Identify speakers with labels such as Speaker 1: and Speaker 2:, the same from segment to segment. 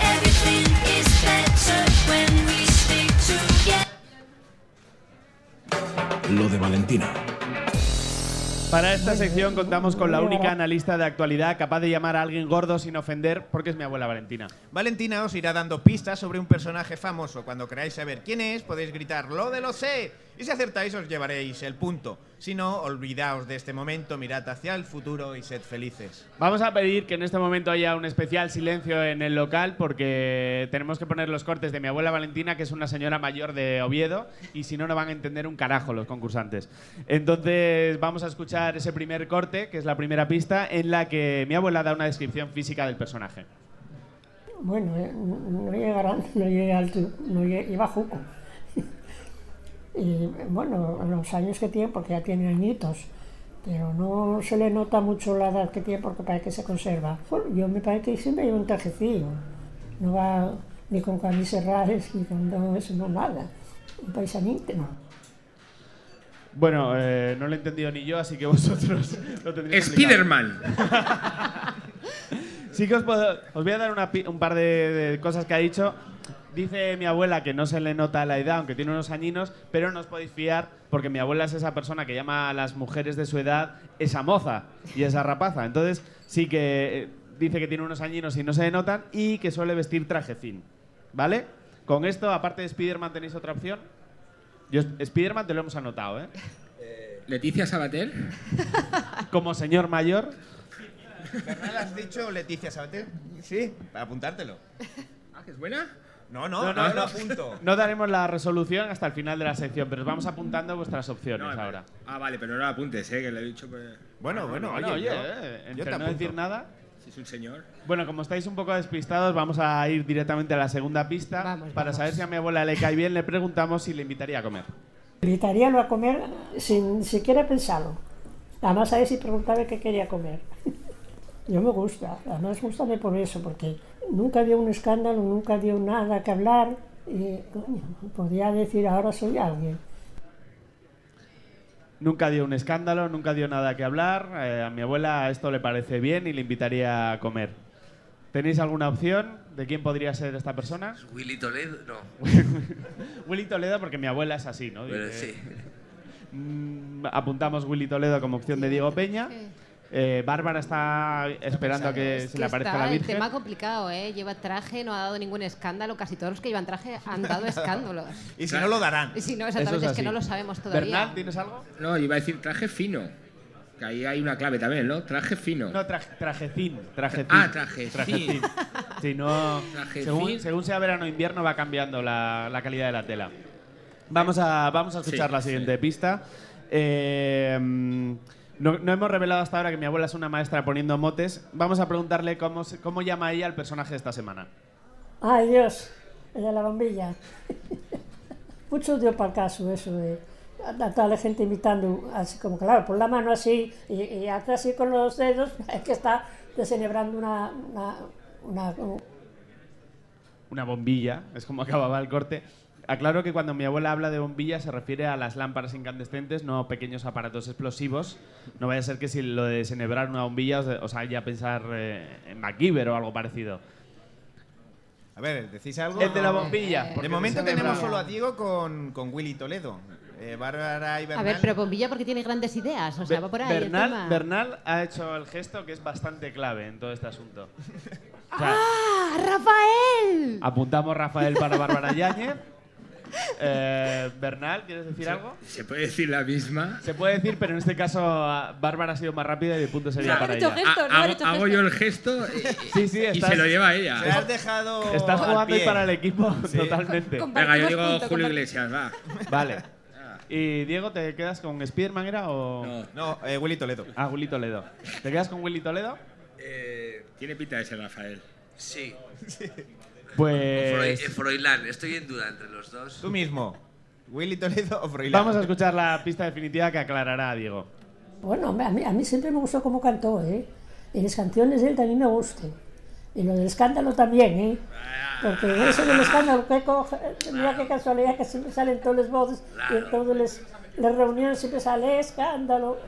Speaker 1: Everything is better when we stay together.
Speaker 2: Lo de Valentina.
Speaker 3: Para esta sección contamos con la única analista de actualidad capaz de llamar a alguien gordo sin ofender, porque es mi abuela Valentina.
Speaker 4: Valentina os irá dando pistas sobre un personaje famoso. Cuando queráis saber quién es, podéis gritar ¡Lo de lo sé! Y si acertáis, os llevaréis el punto. Si no, olvidaos de este momento, mirad hacia el futuro y sed felices.
Speaker 3: Vamos a pedir que en este momento haya un especial silencio en el local porque tenemos que poner los cortes de mi abuela Valentina, que es una señora mayor de Oviedo, y si no, no van a entender un carajo los concursantes. Entonces, vamos a escuchar ese primer corte, que es la primera pista, en la que mi abuela da una descripción física del personaje.
Speaker 5: Bueno, eh, no llega gran- no llegué alto, no llegué- iba a juco. Y bueno, los años que tiene, porque ya tiene añitos, pero no se le nota mucho la edad que tiene porque parece que se conserva. Jo, Yo me parece que siempre lleva un trajecillo, no va ni con camisas raras ni con no, eso, no nada, un paisanito.
Speaker 3: Bueno, eh, no lo he entendido ni yo, así que vosotros lo tendréis que explicar.
Speaker 6: Spiderman.
Speaker 3: Sí que os puedo- Os voy a dar una pi- un par de, de cosas que ha dicho. Dice mi abuela que no se le nota la edad, aunque tiene unos añinos, pero no os podéis fiar porque mi abuela es esa persona que llama a las mujeres de su edad esa moza y esa rapaza. Entonces sí que eh, dice que tiene unos añinos y no se le notan y que suele vestir trajecín. ¿Vale? Con esto, aparte de Spiderman, ¿tenéis otra opción? Yo, Spiderman te lo hemos anotado, ¿eh?
Speaker 6: Leticia Sabater.
Speaker 3: Como señor mayor,
Speaker 4: ¿Fernal has dicho Leticia Sabater? Sí, para apuntártelo.
Speaker 6: Ah, que es buena.
Speaker 4: No, no,
Speaker 3: No,
Speaker 4: no,
Speaker 3: no,
Speaker 4: no,
Speaker 3: no.
Speaker 4: apunto.
Speaker 3: no daremos la resolución hasta el final de la sección, pero os vamos apuntando vuestras opciones
Speaker 6: No,
Speaker 3: ahora.
Speaker 6: Ah, vale, pero no la apuntes, eh, que lo he dicho. pues,
Speaker 4: Bueno, bueno,
Speaker 3: Bueno,
Speaker 4: oye,
Speaker 3: oye,
Speaker 4: yo-
Speaker 3: eh,
Speaker 4: yo
Speaker 3: entre
Speaker 4: te
Speaker 3: no decir
Speaker 4: apunto.
Speaker 3: nada.
Speaker 6: Si es un señor.
Speaker 3: Bueno, como estáis un poco despistados, vamos a ir directamente a la segunda pista.
Speaker 7: Vamos,
Speaker 3: Para
Speaker 7: vamos.
Speaker 3: saber si a mi abuela le cae bien, le preguntamos si le invitaría a comer.
Speaker 5: Invitaríalo a comer sin siquiera pensarlo. Además, a él sí preguntaba qué quería comer. Yo me gusta, además gustame por eso, porque nunca dio un escándalo, nunca dio nada que hablar y coño, podía decir ahora soy alguien.
Speaker 3: Nunca dio un escándalo, nunca dio nada que hablar. Eh, a mi abuela esto le parece bien y le invitaría a comer. ¿Tenéis alguna opción de quién podría ser esta persona?
Speaker 8: Willy Toledo, no.
Speaker 3: Willy Toledo, porque mi abuela es así, ¿no?
Speaker 8: Pero
Speaker 3: Dice,
Speaker 8: sí.
Speaker 3: Mm, apuntamos Willy Toledo como opción de Diego Peña. Eh, Bárbara está esperando a que
Speaker 7: Es
Speaker 3: se
Speaker 7: que
Speaker 3: le aparezca
Speaker 7: está
Speaker 3: la
Speaker 7: el
Speaker 3: Virgen.
Speaker 7: tema complicado, ¿eh? Lleva traje, no ha dado ningún escándalo. Casi todos los que llevan traje han dado escándalos.
Speaker 4: Y si no lo darán.
Speaker 7: Y si no,
Speaker 3: Eso
Speaker 7: exactamente, es, que
Speaker 3: así.
Speaker 7: no lo sabemos todavía.
Speaker 3: Bernat, ¿tienes algo?
Speaker 6: No, iba a decir traje fino. Que ahí hay una clave también, ¿no? Traje fino.
Speaker 3: No, traje, trajecín, trajecín.
Speaker 6: Ah, trajecín.
Speaker 3: Si no,
Speaker 6: Trajecín.
Speaker 3: según, según sea verano o invierno va cambiando la, la calidad de la tela. Vamos a, vamos a escuchar
Speaker 6: Sí,
Speaker 3: la siguiente pista. Eh, mm, no, no hemos revelado hasta ahora que mi abuela es una maestra poniendo motes. Vamos a preguntarle cómo, se- cómo llama ella al personaje de esta semana.
Speaker 5: Ay Dios, el de la bombilla. Mucho dio para el caso eso de a toda la gente imitando, así como claro, por la mano así y, y hace así con los dedos, es que está desenebrando una, una, una,
Speaker 3: Una bombilla, es como acababa el corte. Aclaro que cuando mi abuela habla de bombilla se refiere a las lámparas incandescentes, no a pequeños aparatos explosivos. No vaya a ser que si lo de desenhebrar una bombilla os, os haya a pensar eh, en MacGyver o algo parecido.
Speaker 4: A ver, ¿decís algo?
Speaker 3: El de la bombilla.
Speaker 4: eh, De
Speaker 3: porque
Speaker 4: momento
Speaker 3: desenhebrar-
Speaker 4: tenemos solo a Diego con, con Willy Toledo. Eh, Bárbara y
Speaker 7: A
Speaker 4: Bernal.
Speaker 7: ver, pero Bombilla porque tiene grandes ideas, o sea, va por ahí el tema.
Speaker 3: Bernal, Bernal ha hecho el gesto que es bastante clave en todo este asunto. O sea,
Speaker 7: ¡Ah, Rafael!
Speaker 3: apuntamos Rafael para Bárbara Yáñez. Eh, Bernal, ¿quieres decir algo?
Speaker 6: ¿Se puede decir la misma?
Speaker 3: Se puede decir, pero en este caso ah, Bárbara ha sido más rápida y el punto sería
Speaker 6: Ya,
Speaker 3: para
Speaker 7: han hecho
Speaker 3: ella. Ah,
Speaker 7: Gesto,
Speaker 6: Ha-
Speaker 7: no,
Speaker 6: hago,
Speaker 7: hecho
Speaker 6: hago
Speaker 7: gesto.
Speaker 6: yo el gesto y,
Speaker 3: Sí, sí,
Speaker 6: y
Speaker 3: estás,
Speaker 6: se lo lleva
Speaker 4: Te has
Speaker 6: ella.
Speaker 4: dejado.
Speaker 3: estás
Speaker 4: al
Speaker 3: jugando y
Speaker 4: pie.
Speaker 3: para el equipo totalmente.
Speaker 7: Con-
Speaker 6: Venga, yo
Speaker 7: Compartimos
Speaker 6: digo
Speaker 7: punto,
Speaker 6: Julio
Speaker 7: compartimos.
Speaker 6: Iglesias, va.
Speaker 3: Vale. ¿Y Diego, te quedas con Spiderman era o...?
Speaker 6: No.
Speaker 4: No, eh, Willy Toledo.
Speaker 3: Ah, Willy Toledo. ¿Te quedas con Willy Toledo?
Speaker 2: Eh,
Speaker 6: Tiene pinta de ser Rafael.
Speaker 2: sí.
Speaker 3: Pues Eh,
Speaker 2: Froilán, Froilán, estoy en duda entre los dos.
Speaker 4: Tú mismo. Willy Toledo o Froilán.
Speaker 3: vamos a escuchar la pista definitiva que aclarará a Diego.
Speaker 5: Bueno, hombre, a mí, a mí siempre me gustó cómo cantó, ¿eh? Y las canciones de él también me gustan. Y lo del escándalo también, ¿eh? Porque eso del escándalo, que coge, mira qué casualidad que siempre salen todos los voces y en todas las- las reuniones siempre sale escándalo.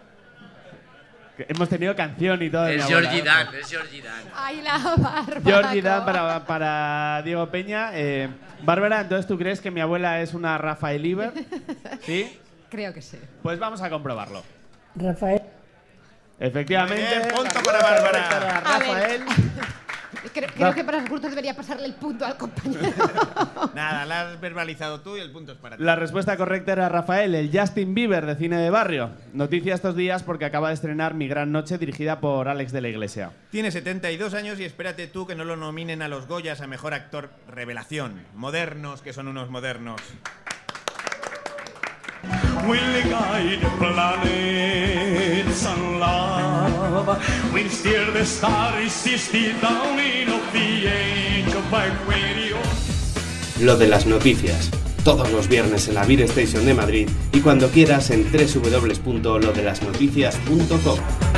Speaker 3: Que Hemos tenido canción y todo. de
Speaker 2: Es
Speaker 3: mi
Speaker 2: Georgie
Speaker 3: abuela, ¿eh?
Speaker 2: Dan, es Georgie Dan.
Speaker 7: Ay, la barba.
Speaker 3: Georgie Dan para, para Diego Peña. Eh, Bárbara, entonces tú crees que mi abuela es una Rafael Iber? ¿Sí?
Speaker 7: Creo que sí.
Speaker 3: Pues vamos a comprobarlo.
Speaker 5: Rafael,
Speaker 3: Efectivamente.
Speaker 4: Muy bien, punto
Speaker 3: la
Speaker 4: para
Speaker 3: respuesta
Speaker 4: Bárbara.
Speaker 3: correcta era
Speaker 7: A ver.
Speaker 3: Rafael.
Speaker 7: Creo, creo que para los gustos debería pasarle el punto al compañero.
Speaker 4: Nada, la has verbalizado tú y el punto es para ti.
Speaker 3: La respuesta correcta era Rafael, el Justin Bieber de cine de barrio. Noticia estos días porque acaba de estrenar Mi Gran Noche dirigida por Alex de la Iglesia.
Speaker 4: Tiene 72 años y espérate tú que no lo nominen a los Goyas a mejor actor revelación. Modernos, que son unos modernos.
Speaker 8: will guide planets and love. We'll steer the stars, steer down in of the age of Aquarius.
Speaker 9: Lo de las noticias. Todos los viernes en la Beer Station de Madrid y cuando quieras en www.lodelasnoticias.com.